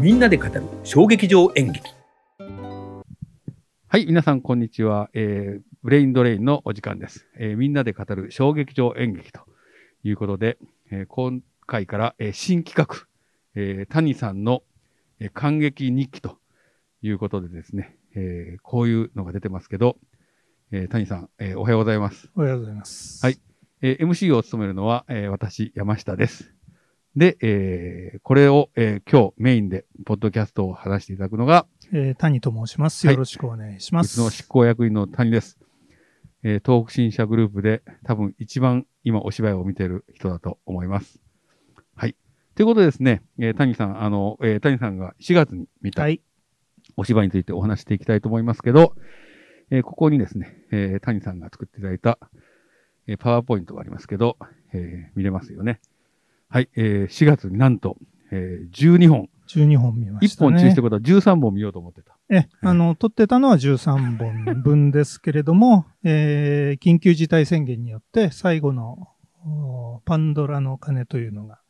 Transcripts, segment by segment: みんなで語る小劇場演劇はい、皆さん、こんにちは、えーブレインドレインのお時間です。えーみんなで語る小劇場演劇ということで、えー今回から、えー新企画、えー谷さんの、えー感激日記ということでですね、えーこういうのが出てますけど、えー谷さん、えーおはようございます。おはようございます。はい。えー MC を務めるのは、えー私、山下です。で、えーこれを、えー今日メインで、ポッドキャストを話していただくのが、えー谷と申します。はいよろしくお願いしまうす。ちの執行役員の谷です。えー東北新社グループで多分一番今お芝居を見てる人だと思います。はい。ということでですね、えー谷さん、あの、えー谷さんが4月に見たはい。お芝居についてお話していきたいと思いますけど、えーここにですね、えー谷さんが作っていただいた、えーパワーポイントがありますけど、えー見れますよね。はい。えー4月になんと、えー12本、 12本見まし1た、ね。本注意してことは13本見ようと思ってた。え、あの、撮ってたのは13本分ですけれども、 えー緊急事態宣言によって最後のおパンドラの鐘というのが、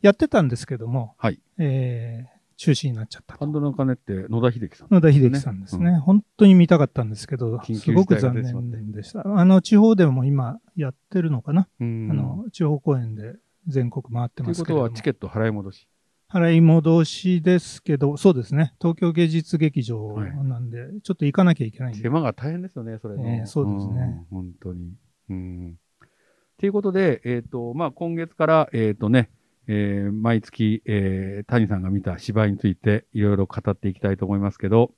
やってたんですけども、はいえー中止になっちゃったパ。ンドラの鐘って野田秀樹さん。野田秀樹さんですね。ね本当に見たかったんですけど、緊す急ご事く態が出残てしまって念でした。あの、地方でも今やってるのかな、うんあの、地方公演で全国回ってといまうすこけとれども。は、チケット払い戻し。払い戻しですけど、そうですね。東京芸術劇場はいなんで、ちょっと行かなきゃいけないん手で。間が大変ですよね、それね。ええそうですねうん。本当に。うん。ということで、えっ、と、まあ、今月から、えっ、とね、えー毎月、えー谷さんが見た芝居について、いろいろ語っていきたいと思いますけど、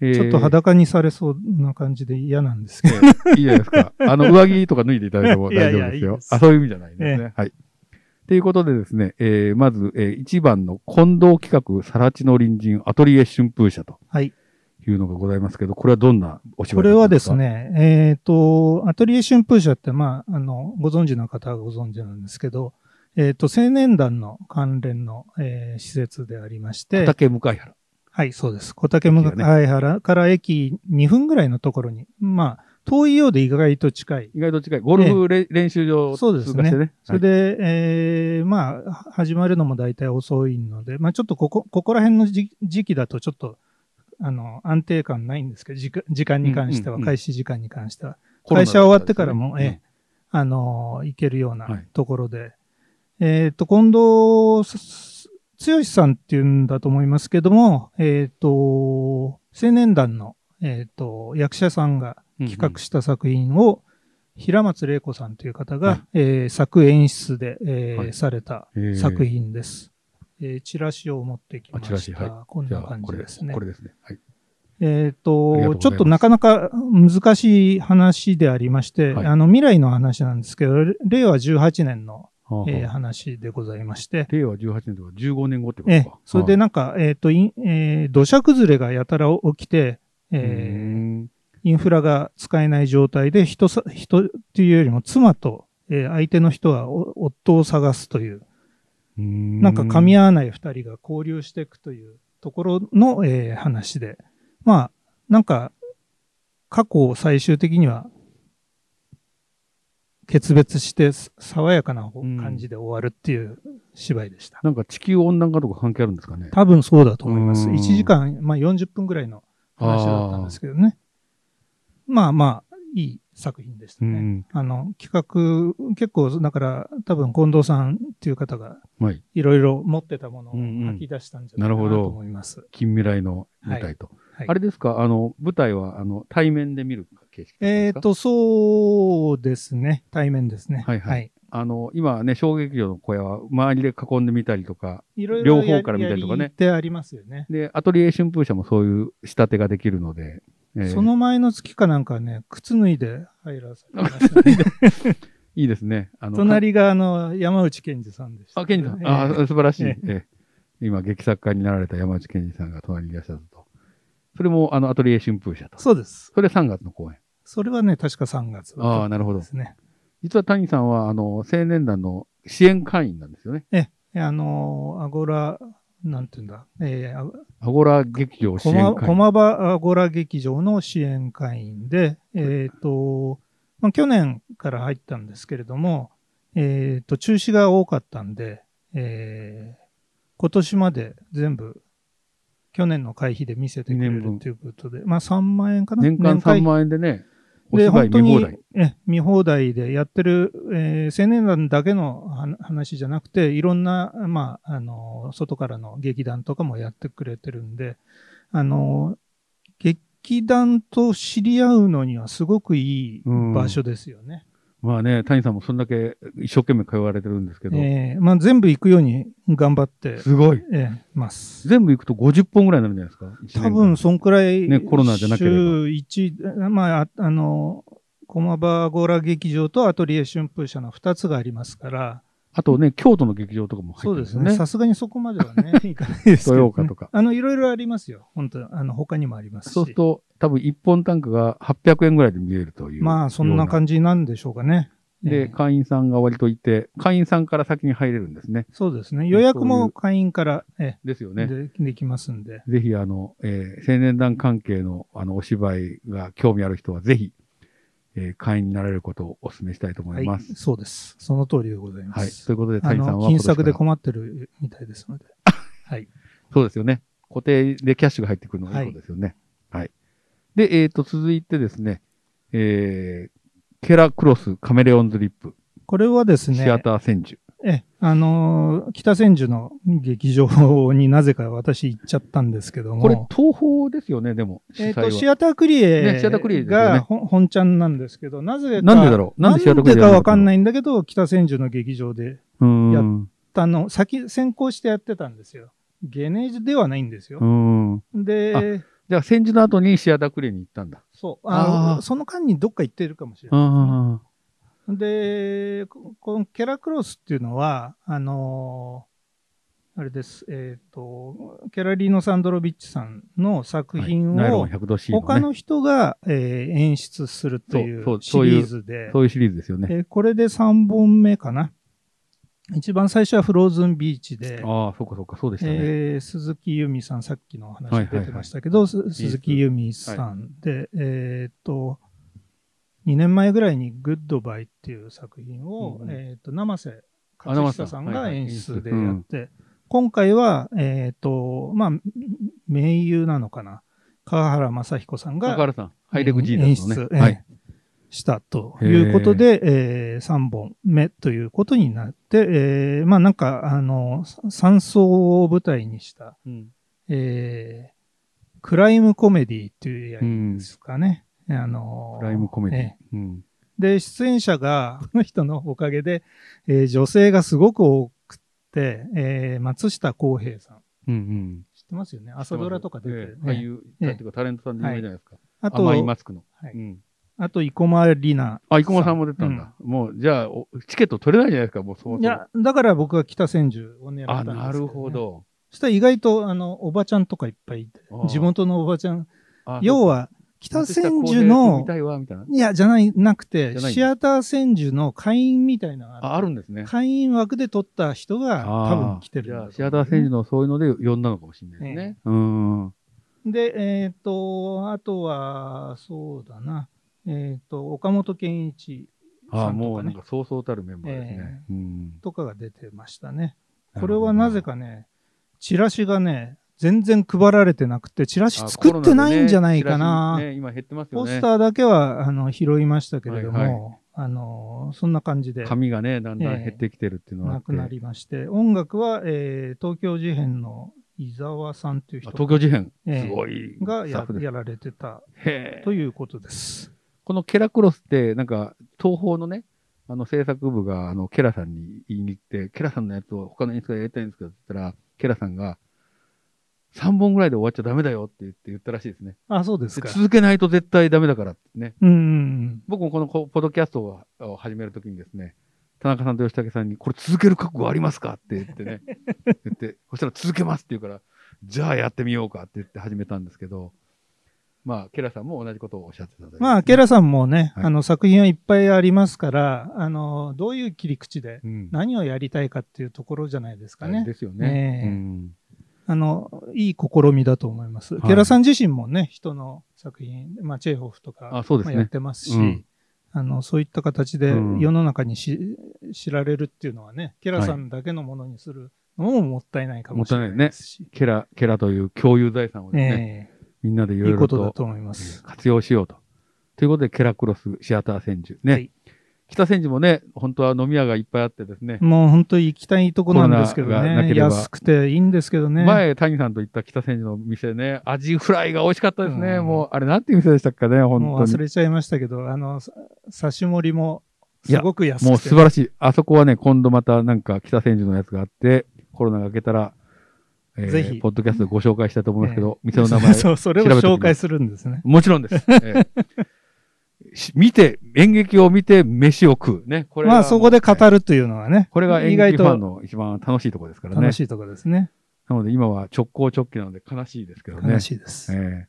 えーちょっと裸にされそうな感じで嫌なんですけど。いいじゃないです か。あの、上着とか脱いでいただいてもいや大い丈や夫ですよ。いいですあ、そういう意味じゃないんですね。はい。ということでですね、えーまず、え1番の近藤企画、さらちの隣人、アトリエ春風社とはい。いうのがございますけど、これはどんなお芝こ居だれったはんですか。ね、えっ、と、アトリエ春風社って、まあ、あの、ご存知の方はご存知なんですけど、えっ、と、青年団の関連の、えー施設でありまして、畑向原。はい、そうです。小竹向原から駅2分ぐらいのところに、まあ、遠いようで意外と近い意外と近い。ゴルフれ、練習場を通そう過ですしねてね。それで、えーまあ、は始まるのも大体遅いので、まあ、ちょっとここ、ここら辺の時時期だとちょっと、あの、安定感ないんですけど、時間時間に関しては、うんうんうん開始時間に関しては、はい会社終わってからも、コロナだったんええあの、行けるようはないところで、えっ、と、近藤す剛さんっていうんだと思いますけども、えっ、と、青年団の、えっ、と、役者さんが、ですよね、企画した作品を、平松玲子さんという方が、はいえー作演出で、えーはいされたえー作品です。えーチラシを持ってきまあチラしシた。はこんじゃなあ感こじれですねこ。れですね。はい。えっ、ありがとうとござちいょますっとなかなか難しい話でありまして、はいあの未来の話なんですけど、令和18年の、はあえーはあ話でございまして、令和18年とか15年後ってこえとえか。それでな、なんか、えっ、と、いえー土砂崩れがやたら起きて、うえーんインフラが使えない状態で人さ、人っていうよりも妻と、えー相手の人はお夫を探すという、うんなんか噛み合わない二人が交流していくというところの、えー話で、まあ、なんか、過去を最終的には、決別してす爽やかな方うん感じで終わるっていう芝居でした。なんか地球温暖化とか関係あるんですかね。多分そうだと思います。うん1時間、まあ40分ぐらいの話だったんですけどね。まあまあ、いい作品でしたうね。ん。あの、企画、結構、だから、多分、近藤さんっていう方が、はい。いろいろ持ってたものをうんうん吐き出したんじゃないかななるほどと思います。近未来の舞台と。はいあれですかあの、舞台は、あの、対面で見る形式なんえでっ、すか。と、そうですね。対面ですね。はいはいあの、今はね、小劇場の小屋は周りで囲んでみたりとか、いろいろやり両方から見たりとかねやってありますよね。で、アトリエ春風社もそういう仕立てができるので、えーその前の月かなんかね、靴脱いで入らされましたね、いいですね。あの、隣が、あの、山内健二さんでした、あ、健二さん。ええあー素晴らしい。えええ今、劇作家になられた山内健二さんが隣にいらっしゃると。それも、あの、アトリエ春風社と。そうです。それ3月の公演。それはね、確か3月だあっあ、なるほたどで。すね。実は谷さんは、あの、青年団の支援会員なんですよね。えあのー、アゴラ、なんていうんだ、えー、あアゴラ劇場支コ援マ会員。駒場アゴラ劇場の支援会員で、えっ、と、まあ、去年から入ったんですけれども、えっ、と、中止が多かったんで、えー今年まで全部、去年の会費で見せてくれ二年分るということで、まあ3万円かな。年間会費3万円でね、おで、芝居本当見放に題。、え、見放題でやってる、えー青年団だけのは話じゃなくて、いろんな、まあ、あの、外からの劇団とかもやってくれてるんで、あの、劇団と知り合うのにはすごくいいうん場所ですよね。まあね、谷さんもそんだけ一生懸命通われてるんですけど、えーまあ、全部行くように頑張って、すごい。えーます。全部行くと50本ぐらいになるんじゃないですか一年多間分、そんくらい、ねコロナじゃなければ週一まあ、ああの、駒場ゴーラ劇場とアトリエ春風社の2つがありますから、あとね、京都の劇場とかも入そってるんうでですすよね。ね。さすがにそこまではね、 いかないですけど、ね。豊岡とかあの、いろいろありますよ。本当あの、他にもありますし。そうすると、多分1本単価が800円ぐらいで見れるという。まあ、そんな感じなんでしょうかね。じで、ええ会員さんが割といて、会員さんから先に入れるんですね。そうですね。予約そういもう会員から、えですよね。えでできますんで。ぜひ、あの、えー青年団関係の、あの、お芝居が興味ある人は、ぜひ、えー会員になられることをお勧めしたいと思はいまい、す。そうです。その通りでございまはい。す。ということで、あ谷さんの、は金策今年かでら困ってるみたいで すので。はい。そうですよね。固定でキャッシュが入ってくるのがいいことですよね。はい。で、えっ、と、続いてですね、えー、ケラクロスカメレオンズリップ、これはですね、シアター千住。ええ、あのー北千住の劇場になぜか私行っちゃったんですけども。これ、東宝ですよね、でも、主えっ、催は。と、シアタークリエねシアタークリエですよねがほん本ちゃんなんですけど、なぜか。なんでだろうなんでシアタークリエなんでかわかんい。ないんだけど、北千住の劇場で、うーやん。あの、先、先行してやってたんですよ。ゲネージではないんですうよ。ーん。で、じゃあ、千住の後にシアタークリエに行ったんだ。そう、ああーの、その間にどっか行ってるかもしれない。あで、ここのケラクロスっていうのは、あのーあれです、えっ、と、ケラリーノ・サンドロビッチさんの作あ。品ナイロをン、100度 C の、ね。他の人が、えー演出するといそううシそうリーズで、そういうシリーズですよね。えーこれで3本目かな。一番最初はフローズンビーチで、ああ、そうかそうか、そうでしたね。えー鈴木由美さん、さっきのおはい話はいはい出てましたけど、す鈴木由美さんで、えーっと、2年前ぐらいにグッドバイっていう作品を、うんうんえーっと、生瀬あ生瀬勝久さんはいがはい演出で演出やって、今回は、えーっと、まあ、名優なのかな。川原雅彦さん高が原さん、ハイレク G で演すよね。出、えーはい。したということで、え3本目ということになって、えーまあなんか、あの、山荘を舞台にした、うんえークライムコメディっていうやうりんで。すかね。あのープライムコメデえィ。うん。ーで、出演者が、この人のおかげで、えー女性がすごく多くって、えー松下洸平さうん。んうん。知ってますよね。朝ドラとか出てる、ああねいう、なんていうかタレントさんで有名じゃないですか。あ甘いマと、スクの。はいうんあと、生駒里奈。あ、生駒さんも出たんだ。もう、じゃあ、おチケット取れないじゃないですか、もうそういや、だから僕は北千住を狙ったあ、んですけど、ね。なるほ。ど。そしたら意外と、あの、おばちゃんとかいっぱいいてあー、地元のおばちゃん。あ要、は、北そうか千住松下洸平君の見、たいわ、みたいな。いや、じゃない、なくじゃて、ないシアター千住の会員みたいなのがあ、あるんですね。会員枠で取った人があ多ー分来てるんじだとゃ思うあ、シアター選手のそういうので呼んだのかもしれないですね。うん。で、えっ、と、あとは、そうだな、えっ、と、岡本健一あさあ、んともうかなねんか、そうそうたるメンバーですね。うん。とかが出てましたね。これはなぜかね、チラシがね、全然配られてなくて、チラシあ、作ってないんじゃないかコロナな。でねチラシね今減ってますよポスね。ターだけはあの拾いましたけれども、はいあのそんな感じで紙がね、だんだん減ってきてるっていうのはあなっくて。なりまして、音楽は、えー東京事変の伊沢さんというあ人東京事変、ええすごいがスタッやフです。やられてたへえということです。このケラクロスって、なんか、東宝のね、あの制作部があのケラさんに言いに行って、ケラさんのやつを他の演出家がやりたいんですけど、って言ったら、ケラさんが、3本ぐらいで終わっちゃダメだよって言って言ったらしいですね。あ、そうですか。続けないと絶対ダメだからってね。うんうん僕もこのこポッドキャストをを始めるときにですね、田中さんと吉武さんに、これ続ける覚悟はありますかって言って ね、言って、そしたら続けますって言うから、じゃあやってみようかって言って始めたんですけど、まあ、ケラさんも同じことをおっしゃってたのでうん。まあ、ケラさんもね、はいあの作品はいっぱいありますから、あのどういう切り口でうん、何をやりたいかっていうところじゃないですかね。ですよね。ええうんあの、いい試みだと思います。はいケラさん自身もね、人の作品、まあ、チェーホフとか、あそうですねまやってますし、うんあの、そういった形でうん世の中にし、知られるっていうのはね、ケラさんだけのものにするのももったいないかもしれないですし。ケラ、ケラという共有財産をですね、えみんなでいえろいいいろことだとと思います。活用しようと。ということで、ケラクロスシアター千住ね。はい北千住もね、本当は飲み屋がいっぱいあってですね、もう本当に行きたいとこなんですけコどロナがなけね。れば安くていいんですけどね。前、谷さんと行った北千住の店ね、アジフライが美味しかったですね。うんもう、あれなんていう店でしたっけね、本もう当忘に。れちゃいましたけど、あの、さ刺し盛りもすごく安くて。もう素晴らしい。あそこはね、今度またなんか北千住のやつがあって、コロナが明けたら、えーぜひポッドキャストでご紹介したいと思いますけど、ええ店の名前 そう、それを紹介するんですね。もちろんです。ええし見て、演劇を見て、飯を食う。ね。これがまあそこでええ語るというのはね、これが演意外劇フとァンの一番楽しいところですからね楽。しいとこですね。なので今は直行直帰なので悲しいですけどね。悲しいです。ええ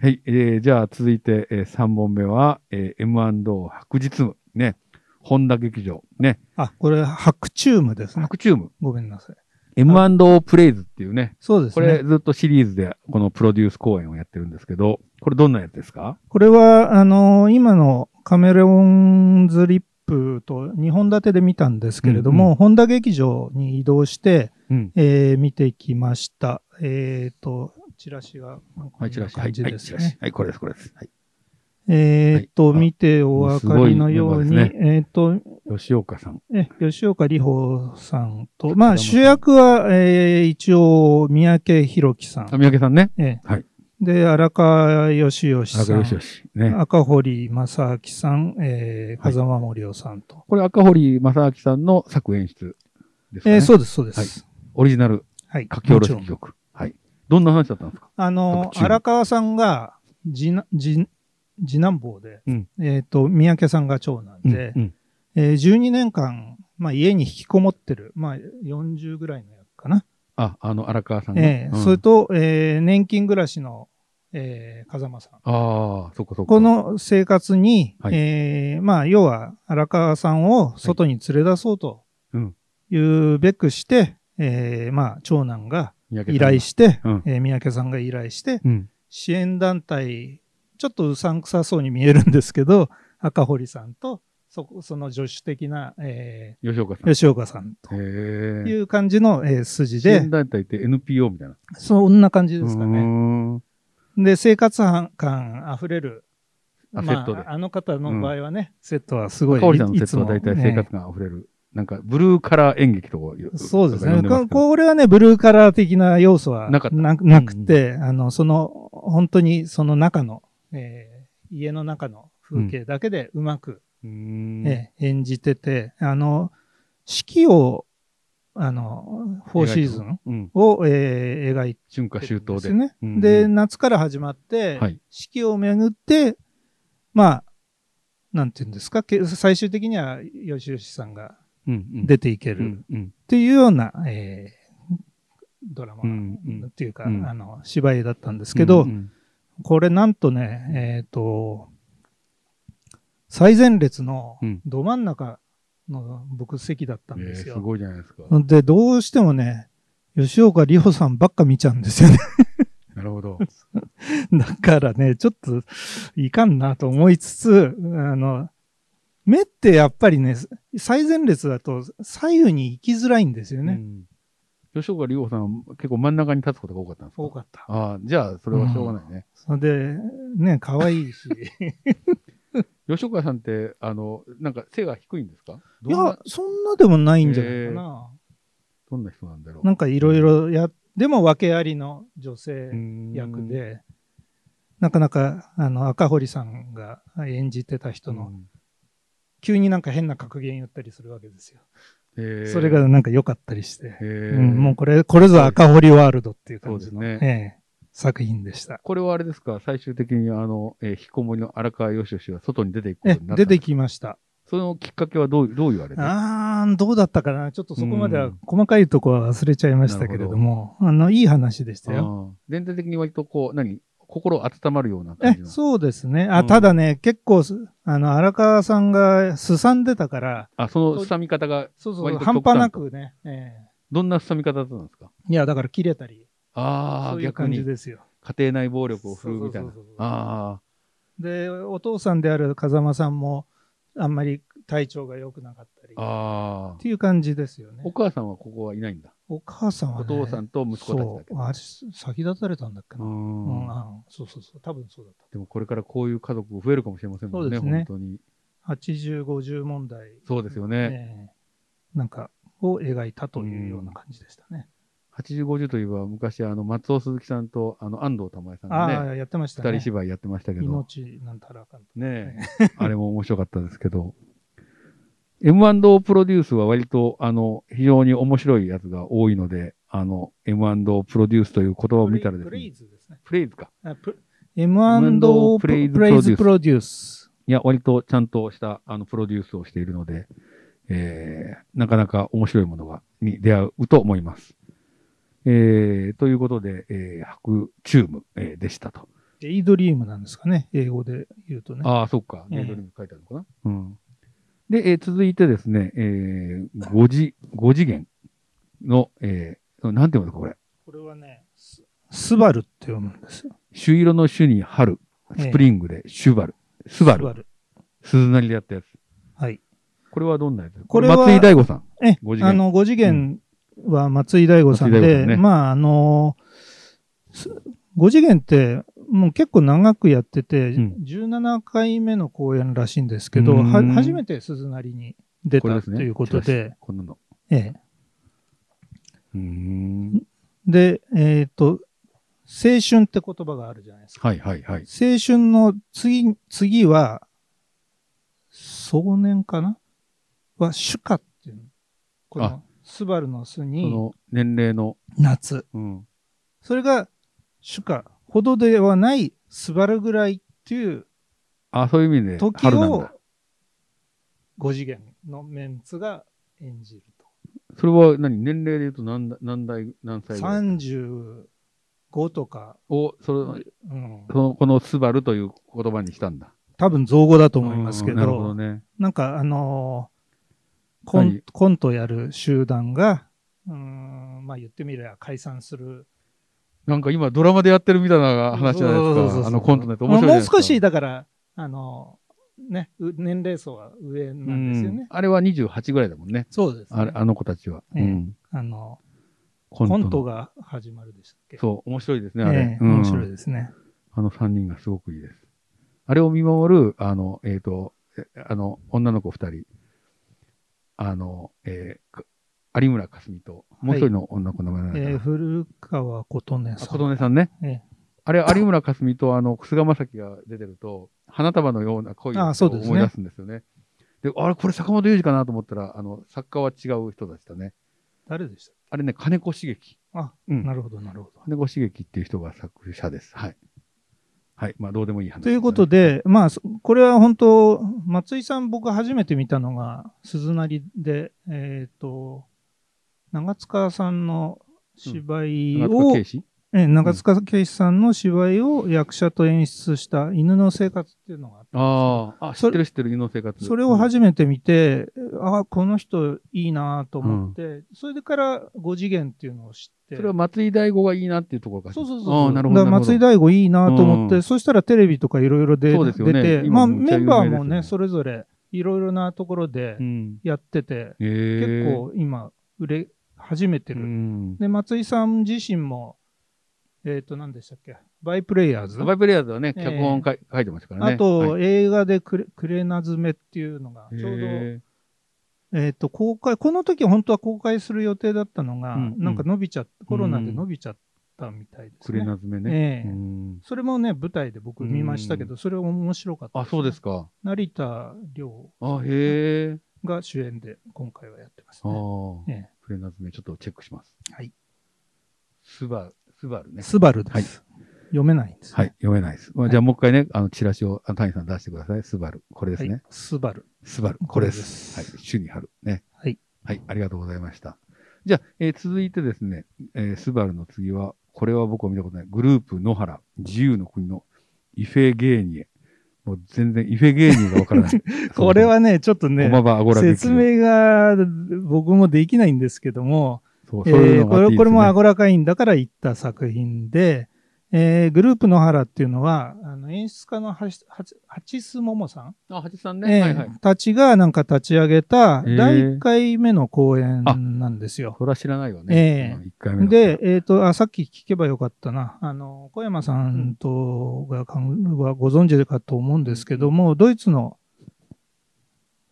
はい、えーじゃあ続いて、え3本目は、えー M&O 白日夢。ね。本田劇場。ね。あ、これ、白チュームですね。白チューム。ごめんなさい。 M&O プレイズっていうね。そうですこね。これれずっとシリーズでこのプロデュース公演をやってるんですけど、これどんなやつですかは、あのー今のカメレオンズリップと2本立てで見たんですけれども、うん本田劇場に移動して、うん。えー見てきました。えっ、と、チラシが、こはい、んチラなシ。はい、感じはい、ですチね。ラシ。はい、これです、これです。はい。えっ、と、はいあ見てお分かりのように、もうすごいメンバーでえっ、と、吉岡さん。え、吉岡里帆さんと、ま山あさん主役は、えー一応、三宅博樹さん。三宅さんね。ええはいで、荒川義義さ赤ん。よしよし。ね。赤堀正明さん、えー、はい風間森夫さんと。これ赤堀正明さんの作演出ですかね。えーそうです、そうです。オリジナルはい。書き下ろもしちろん曲。はい。どんな話だったんですかあの特、注荒川さんが、次男、次次男坊で、うんえっ、と、三宅さんが長男で、うんえー12年間、まあ家に引きこもってる、まあ40ぐらいの役かな。あ、あの、荒川さんが。ええうんそれと、えー年金暮らしの、えー風間さん。ああ、そっかそっか。こ、の生活に、はいえーまあ、要は荒川さんを外に連れ出そうとうんいうべくして、えーまあ、長男が三宅さん依頼して、うんえー三宅さんが依頼して、うん。支援団体、ちょっとうさんくさそうに見えるんですけど、赤堀さんと、そこその助手的な、え吉岡さん。ー吉岡さんとへいえ。う感じの、えー筋支で援、団体って NPO みたいな。そんな感じですかうーね。んで、生活感あふれる、あまあ、セットであの方の場合はね、セットはすごい。赤堀さんのセットはい大つも体生活感溢れる。なんか、ブルーカラー演劇とかねそうです呼んね。ますけどこれはね、ブルーカラー的な要素はなかったななくて、あの、その、本当にその中の、えー家の中の風景だけでうまく、うーんえー演じてて、あの、四季を、あの、フォーシーズンうん。を、えー描いて春夏秋るんで冬すでよ。ね。うんで、夏から始まって、はい四季を巡って、まあ、なんていうんですか、け最終的には吉吉さんがうんうん出ていけうるんうんっていうような、えードラマうんうんっていうか、うんあの芝居だったんですけど、うんうんこれなんとね、えっ、と、最前列のうんど真ん中の僕席だったんえーですすよ。ごいじゃないですか。で、どうしてもね、吉岡里帆さんばっか見ちゃうんですよね。なるほど。 だからね、ちょっといかんなと思いつつ、あの、目ってやっぱりね、最前列だと左右に行きづらいんですようね。ん吉岡里帆さん、結構真ん中に立つことが多かったんですか多かった。ああ、じゃあ、それはしょうがないね。それで、ね、可愛 いし。吉岡さんって、あの、なんか背が低いんですかいどんなや、そんなでもないんじゃないかな。どんな人なんだろう。なんかいろいろや、でも訳ありの女うー性ん役、で、なかなか、あの、赤堀さんが演じてた人の、うん急になんか変な格言言ったりするわけですよ。えーそれが、なんか良かったりして、えーうんもうこれ、これぞ赤堀ワールドっていう感じの、そうですええ作品でした。これはあれですか、最終的にあの、えー、引きこもりの荒川よしよしが外に出ていくことえになったんで出すかてきました。そのきっかけはどうどう言われたあー、どうだったかな。ちょっとそこまでうはん細かいとこは忘れちゃいましたけれども、あの、いい話でしたあよ。あ全体的に割とこう、何心温まるような感えじ、の。そうですね。うあ、んただね、結構す、あの、荒川さんがすさんでたから、あ、そのすみ方が、そうそう、割と半極端端なくね、えどんなすみ方だったんですかえいや、だから切れたり、あそあ、ういう逆感じにですよ。家庭内暴力を振るうみたいなそうそうそう。そうあで、お父さんである風間さんも、あんまり体調が良くなかったり、あ、ああっ。ていう感じですよねお。母さんはここはいないんだ。お母さんは、おね、父さんと息子たちだけそうあれ先立たれたんだっけうな、うんんあそうそうそう多分そうだっでもこれからこういう家族増えるかもしれませんもんね、そうですね本当に。た8050問題、そうですよえね。えなんかを描いたというような感じでしたね、 80、50といえば昔、あの、松尾鈴木さんと、あの、安藤玉恵さんあがね、あやってました二ね人芝居やってましたけど、命なんたらかんとねえ あれも面白かったですけど、M&O プロデュースは割と、あの、非常に面白いやつが多いので、あの、M&O プロデュースという言葉を見たらですプレイね、ズですねプレイズか。あプ M&O プレイズプロデュースプロデュースいや、割とちゃんとした、あの、プロデュースをしているので、えー、なかなか面白いものが、に出会うと思います。えー、ということで、えー、白チューム、えーでしたと。デイドリームなんですかね英語で言うとねああ、そっか。ええネイドリング書いてあるのかな。うん。で、えー続いてですね、えー、5次、五次元の、えー、なんて読むのか、これ。これはねススバルって読むんですよ朱色の朱に春、ええスプリングでシュバル、スバル、鈴なりでやったやつ。はいこれはどんなやつこれは松井大悟さん。ええ五次元あの5次元は松井大悟さん松井大で、悟さんねまああのす5次元ってもう結構長くやってて、うん17回目の公演らしいんですけど、うーんは初めて鈴なりに出これたでとすねいうことで、こんなの。ええ、うーん。で、えっ、と、青春って言葉があるじゃないですか。はいはいはい。青春の次、次は、壮年かなは、主歌っていうの。こあの、スバルの巣そに、の年齢の、夏。うん。それが、主歌ほどではない、スバルぐらいっていう、あ、そういう意味で時春なんをだ。、 5次元のメンツが演じると。それは何年齢で言うと何だ何代、何歳ぐらい35とか、を、その、うん、その、このスバルという言葉にしたんだ。多分造語だと思いますけうんなるほどね。なんかあのーコン、はいコントやる集団が、うーん、まあ言ってみれば解散する。なんか今ドラマでやってるみたいな話じゃないそうそうでそうすそうか。あのコントのやつ面白いじゃなまあいもでうすか。少し、だから、あのーね、う年齢層は上うなんですよんね。。あれは28ぐらいだもんね。そうです、あれあの子たちは。ええうんあのココのントが始まるでしたっけそう、面白いですね、あれ。ええうん面白いですね。あの3人がすごくいいです。あれを見守る、あの、えっ、と、えあの、女の子2人、あの、えーか有村架純と、もう一人の女の子の名前なんだえけど、ー古川琴音あさん。琴音さんね。えあれ、有村架純と、あの、菅田将暉が出てると、花束のような恋をあそうですね思い出すんですよね。で、あれ、これ坂本龍二かなと思ったら、あの、作家は違う人でしたね。誰でしあれね、金子茂樹。たあ、うんなるほど、なるほど。金子茂樹っていう人が作者です。はい。はい。まあ、どうでもいい話、ということ、で、まあ、そこれは本当、松井さん、僕初めて見たのが、鈴なりで、えっ、と、長塚さんの芝居を、を、ええ長塚圭史さんの芝居を役者と演出した犬の生活っていうのがあって、ああ、あ、知そってる知ってる、犬の生活。それをはじ初めて見て、ああ、この人いいなと思って、それから5次元っていうのを知って、それは松井大吾がいいなっていうところから。そうそうそあうそあう。なるほど。だから松井大大悟いいなと思って、うんそしたらテレビとかいろいろ出そうですよね出て、今まあめっちメゃンバー有名でもすよねね、それぞれいろいろなところでうん。やってて、ええ結構今売れ始めてうる。ん。で、松井さん自身も、えっ、と、何でしたっけバイプレイヤーズサバイブレイヤーズはね、ええ脚本かい書いてましたからね。あと、はい、映画でクレクレナズメっていうのが、ちょうど、えっ、えと、公開、この時本当は公開する予定だったのが、うんうんなんか伸びちゃった、コロナで伸びちゃったみたいでえすクね。レナズメね。ええうんそれもね、舞台で僕見ましたけど、それ面白かった。あ、そうですか。成田凌あ、へえ。が主演で今回はやってますあね。あ。えクレナズメ、ちょっとチェックします。はい。スバ、スバルえね。スバルです。はい読めないんです、ね。はい、読めないです。まあじゃあもう一回ね、あの、チラシを、あの谷さん出してください。スバル。これですねは。いスバル。スバル、ここれれで。ですすはい、主に貼る。ね。はい。はい、ありがとうございました。じゃあ、えー続いてですね、えースバルの次は、これは僕は見たことない。グループ野原、自由の国のイフェゲーニエ。もう全然、イフェゲーニエがわからない。 これはね、ちょっとそもそも、ねゴ、マバアゴラ劇場説。明が僕もできないんですけども、そう、えそういうーのがこあっていれいですねこれもアゴラ会員だから行った作品で、えーグループの原っていうのは、あの演出家のはちはち八須桃さん、あ、八さんえね。ーはいはい。たちがなんか立ち上げたへー第1回目の公演なんですよ。それは知らないわね。ええうん一回目の。で、えっ、とあ、さっき聞けばよかったな。あの、小山さんとがかんはご存知かと思うんですけども、ドイツの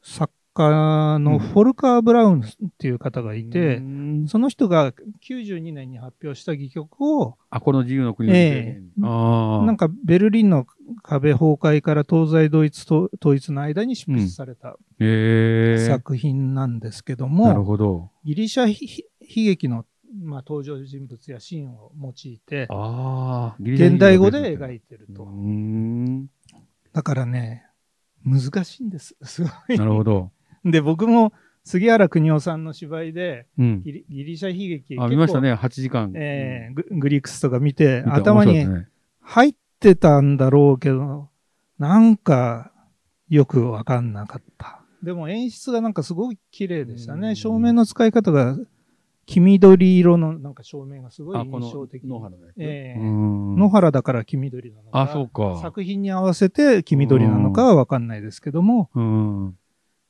作家のフォルカー・ブラウンっていう方がいて、うんその人が92年に発表した戯曲を、あ、この自由の国の自由にえああ。なんかベルリンの壁崩壊から東西ドイツと統一の間に執筆されたええ。作品なんですけどなるも、ほど。ギリシャひひ悲劇の、まあ、登場人物やシーンを用いて、ああ。現代語で描いいてるうーと。ん。だからね、難しいんです。 すごい。なるほど。で、僕も杉原邦夫さんの芝居で、うん。ギリギリシャ悲劇あ、結構見ましたね。8時間。えーググリックスとか見て、見た頭面に白かったね入ってたんだろうけど、なんかよくわかんなかった。でも演出がなんかすごい綺麗でしたうね。ん照明の使い方が、黄緑色のなんか照明がすごいあ、印この象的。野原のやつ。ええうーん野原だから黄緑なのか。あ、そうか。作品に合わせて黄緑なのかはわかんないですけども、うん。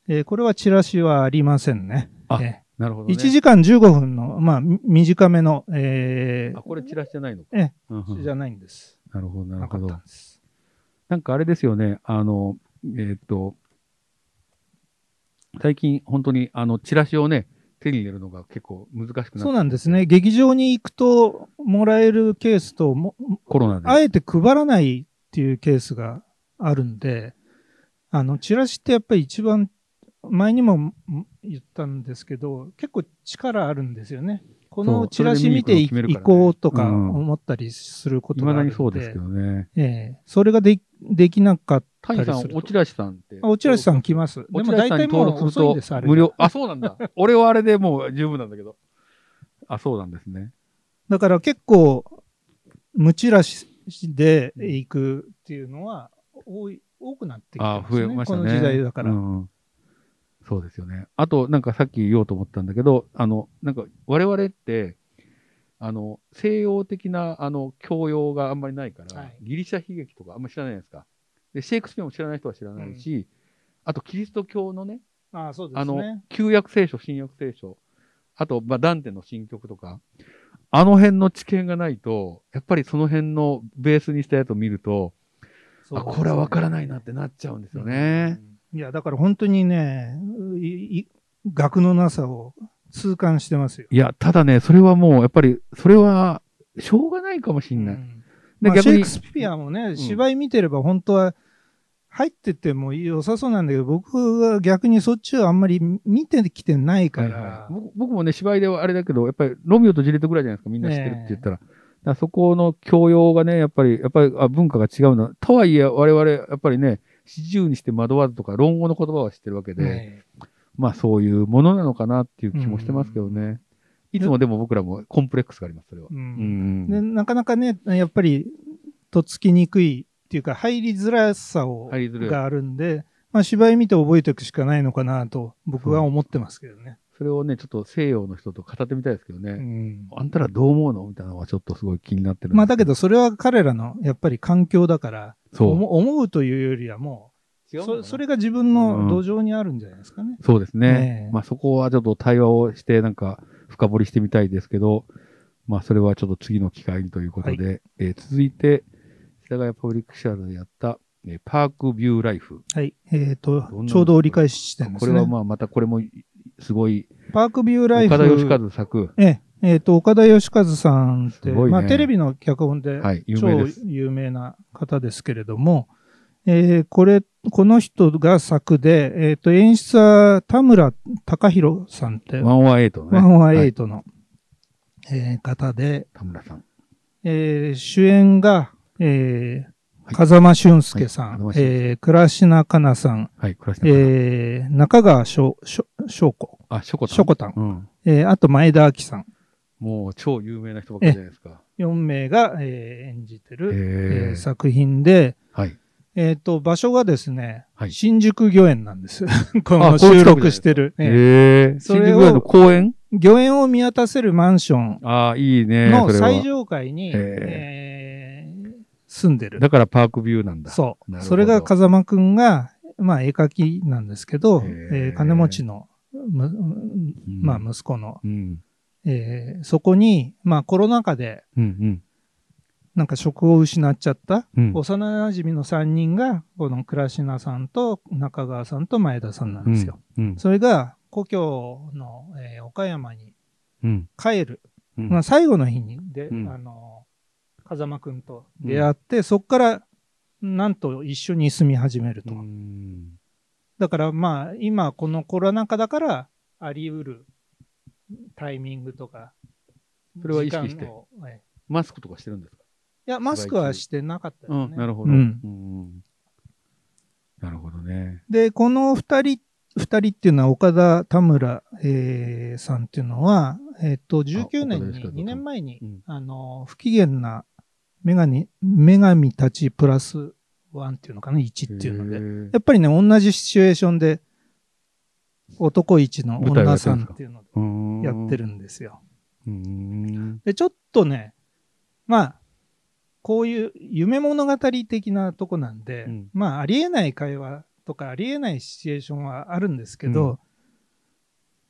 えーこれはチラシはありませんね。あえなるほどーね。 1時間15分の、まあ、み短めの、えーあ、これチラシじゃないのか。ええうんうんじゃないんです。なるほど、なるなかほっどたん。です。なんかあれですよね、あの、えーっと、最近本当にあの、チラシをね、手に入れるのが結構難しくなって、そうなんですね。劇場に行くともらえるケースとも、コロナで。あえて配らないっていうケースがあるんで、あの、チラシってやっぱり一番、前にもん言ったんですけど、結構力あるんですよね。こそのうチラシ見そてれで見いに行くの決めるからねこうとかうん思ったりすることいがあまだるんにで。そうですけどね。ええそれがでできなかった谷りさんする、と。おチラシさんって。あおチラシさん来ます。でおもチラシ大さんに体登もう録す遅いんるです、あとれ。無料。あ、そうなんだ。 俺はあれでもう十分なんだけど。あ、そうなんですね。だから結構、無チラシで行くっていうのは多い、多くなってきてあます増ね。えましたこね。の時代だから。うんそうですよね。あと、なんかさっき言おうと思ったんだけど、あの、なんか我々って、あの、西洋的な、あの、教養があんまりないから、はいギリシャ悲劇とかあんまり知らないですか。で、シェイクスピアも知らない人は知らないし、あと、キリスト教のね、ああそうであすの、ね。旧約聖書、新約聖書、あと、まあ、ダンテの新曲とか、あの辺の知見がないと、やっぱりその辺のベースにしたやつを見ると、そうあ、これはわからないなってなっちゃうんですよね。いや、だから本当にね、いい学のなさを痛感してますよ。いや、ただね、それはもう、やっぱり、それは、しょうがないかもしんない。うんで、まあ、シ逆ェイにク、スピアもね、ん芝居見てれば本当は入ってても良さそうなんだけど、僕は逆にそっちをあんまり見てきてないかはいら、はい僕僕もね、芝居ではあれだけど、やっぱり、ロミオとジュリエットぐらいじゃないですか、みんな知ってるって言ったら。だからそこの教養がね、やっぱり、やっぱり、あ文化が違うんだ。とはいえ、我々、やっぱりね、四十にして惑わずとか、論語の言葉は知ってるわけで、ねまあ、そういうものなのかなっていう気もしてますけどね。いつもでも僕らもコンプレックスがあります、それは。ううんんでなかなかね、やっぱりとっつきにくいっていうか、入りづらさを入りづらいがあるんで、まあ、芝居見て覚えていくしかないのかなと、僕は思ってますけどね。それをね、ちょっと西洋の人と語ってみたいですけどね。うんあんたらどう思うのみたいなのはちょっとすごい気になってるんですまあ、だけど、それは彼らのやっぱり環境だから、そう思思うというよりはもう、違うのかそなそれが自分の土壌にあるんじゃないですかね。そうですね。ねえまあそこはちょっと対話をして、なんか深掘りしてみたいですけど、まあそれはちょっと次の機会にということで、えー続いて、世田谷パブリックシアターでやった、えーパークビューライフ。はい。えっ、とどんなの、ちょうど折り返し地点でこすれね。はまあまたこれもすごい、パークビューライフ。岡田義和作、えええっ、と、岡田義和さんって、すごいねまあ、テレビの脚本で、はい、有超名です。有名な方ですけれども、えーこれ、この人が作で、えっ、と、演出は田村隆弘さんって、ワンワンエイトのね。ワンワンエはイいトの、えー方で、田村さん。えー主演が、えーはい風間俊介さはい風間ん、俊介えー倉科香奈さん、はい、暮らしの方えー中川翔翔翔子、あ、ショコタン。翔子たん、うん。えーあと前田亜紀さん、もう超有名な人ばっかりじゃないですか。 4名が、えー演じてえる、えーー作品で、はい。えっ、と、場所がですね、はい新宿御苑なんです。 こあこのう近く収録してる。へえええ。そ新れ宿をぐらいの公園御苑を見渡せるマンションああ、いいね。のそれは最上階に、へええ住んでる。だからパークビューなんだ。そなるほう。どそれが風間くんが、まあ、絵描きなんですけど、へーえー金持ちの、むうんまあ、息子の、うん。えーそこに、まあ、コロナ禍で、うんなんか職を失っちゃった、うん。うん。幼馴染の3人が、この倉科さんと中川さんと前田さんなんですよ。うん。それが、故郷の、えー岡山にうん。帰る、うんまあ、最後の日に、で、うんあの、風間くんと出会って、そこから、なんと一緒に住み始めると。うんだからまあ、今このコロナ禍だから、あり得るタイミングとか、それは意識して時間をええマスクとかしてるんですかいや、マスクはしてなかったですね。うん。なるほど。ううんんなるほどね。で、この二人、二人っていうのは岡田田村、えーさんっていうのは、えっ、と、19年岡田ですに、けど2年前に、うんあの、不機嫌な女神、女神たちプラスワンっていうのかな、1っていうので、のやっぱりね、同じシチュエーションで、男1の女さんっていうのでやってる。るんですよ。うん。で、ちょっとね、まあ、こういう夢物語的なとこなんで、うんまあ、ありえない会話とか、ありえないシチュエーションはあるんですけど、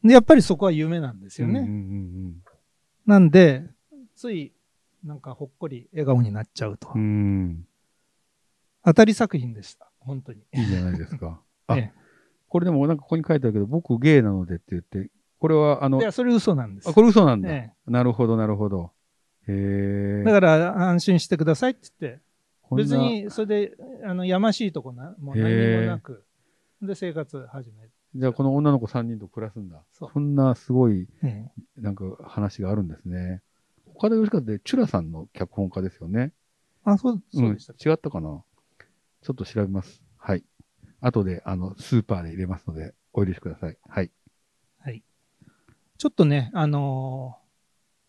でやっぱりそこは夢なんですよね。うんうんなんで、つい、なんかほっこり笑顔になっちゃうと。うんうん。うん当たり作品でした、本当に。いいじゃないですか。あ えこれでもなんかここに書いてあるけど、僕ゲイなのでって言って、これはあえのい、や、それ嘘なんです。あ、これ嘘なんだ。えなるほど、なるほど。へええ。だから、安心してくださいって言って、こんな別に、それで、あの、やましいとこな、もう何にもなく、で、生活始める。じゃあこの女の子3人と暮らすんだ。そうそんなすごい、ええなんか話があるんですね。岡田義和で、チュラさんの脚本家ですよね。あ、そう、そうでしたっけ、ん、違ったかなちょっと調べます。はい。後で、あの、スーパーで入れますので、お許しください。はい。ちょっとね、あの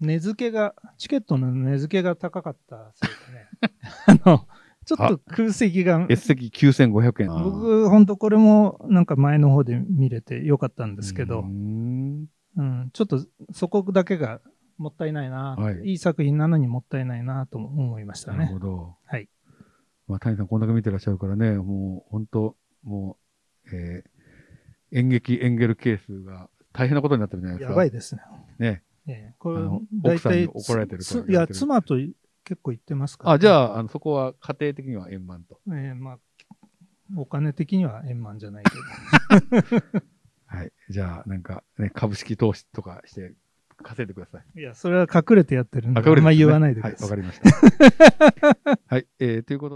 ー値付けが、チケットの値付けが高かったせいで ね、あの、ちょっと空席が、 S 席9500円。僕、ほんとこれもなんか前の方で見れてよかったんでですけど、ん。うん、ちょっとそこだけがもったいないな、はいいい作品なのにもったいないなとも思いましたなるほね。ど。はい。まあ、谷さん、こんだけ見てらっしゃるからね、もう、本当もう、えー演劇エンゲル係数が大変なことになってるじゃないですやか。ばいですね。ね。ええこあれの、大体、奥さんに怒られてるとつ言われてるいや、妻と結構言ってますから、あ、じあ、ゃあ、あのそこは家庭的には円満と。ええまあ、お金的には円満じゃないけど。はい。じゃあ、なんか、ね、株式投資とかして稼いでください。いや、それは隠れてやってるんで、あ隠れてるあんでんますね言わないでくださ はい。い、わかりました。はい。えーということで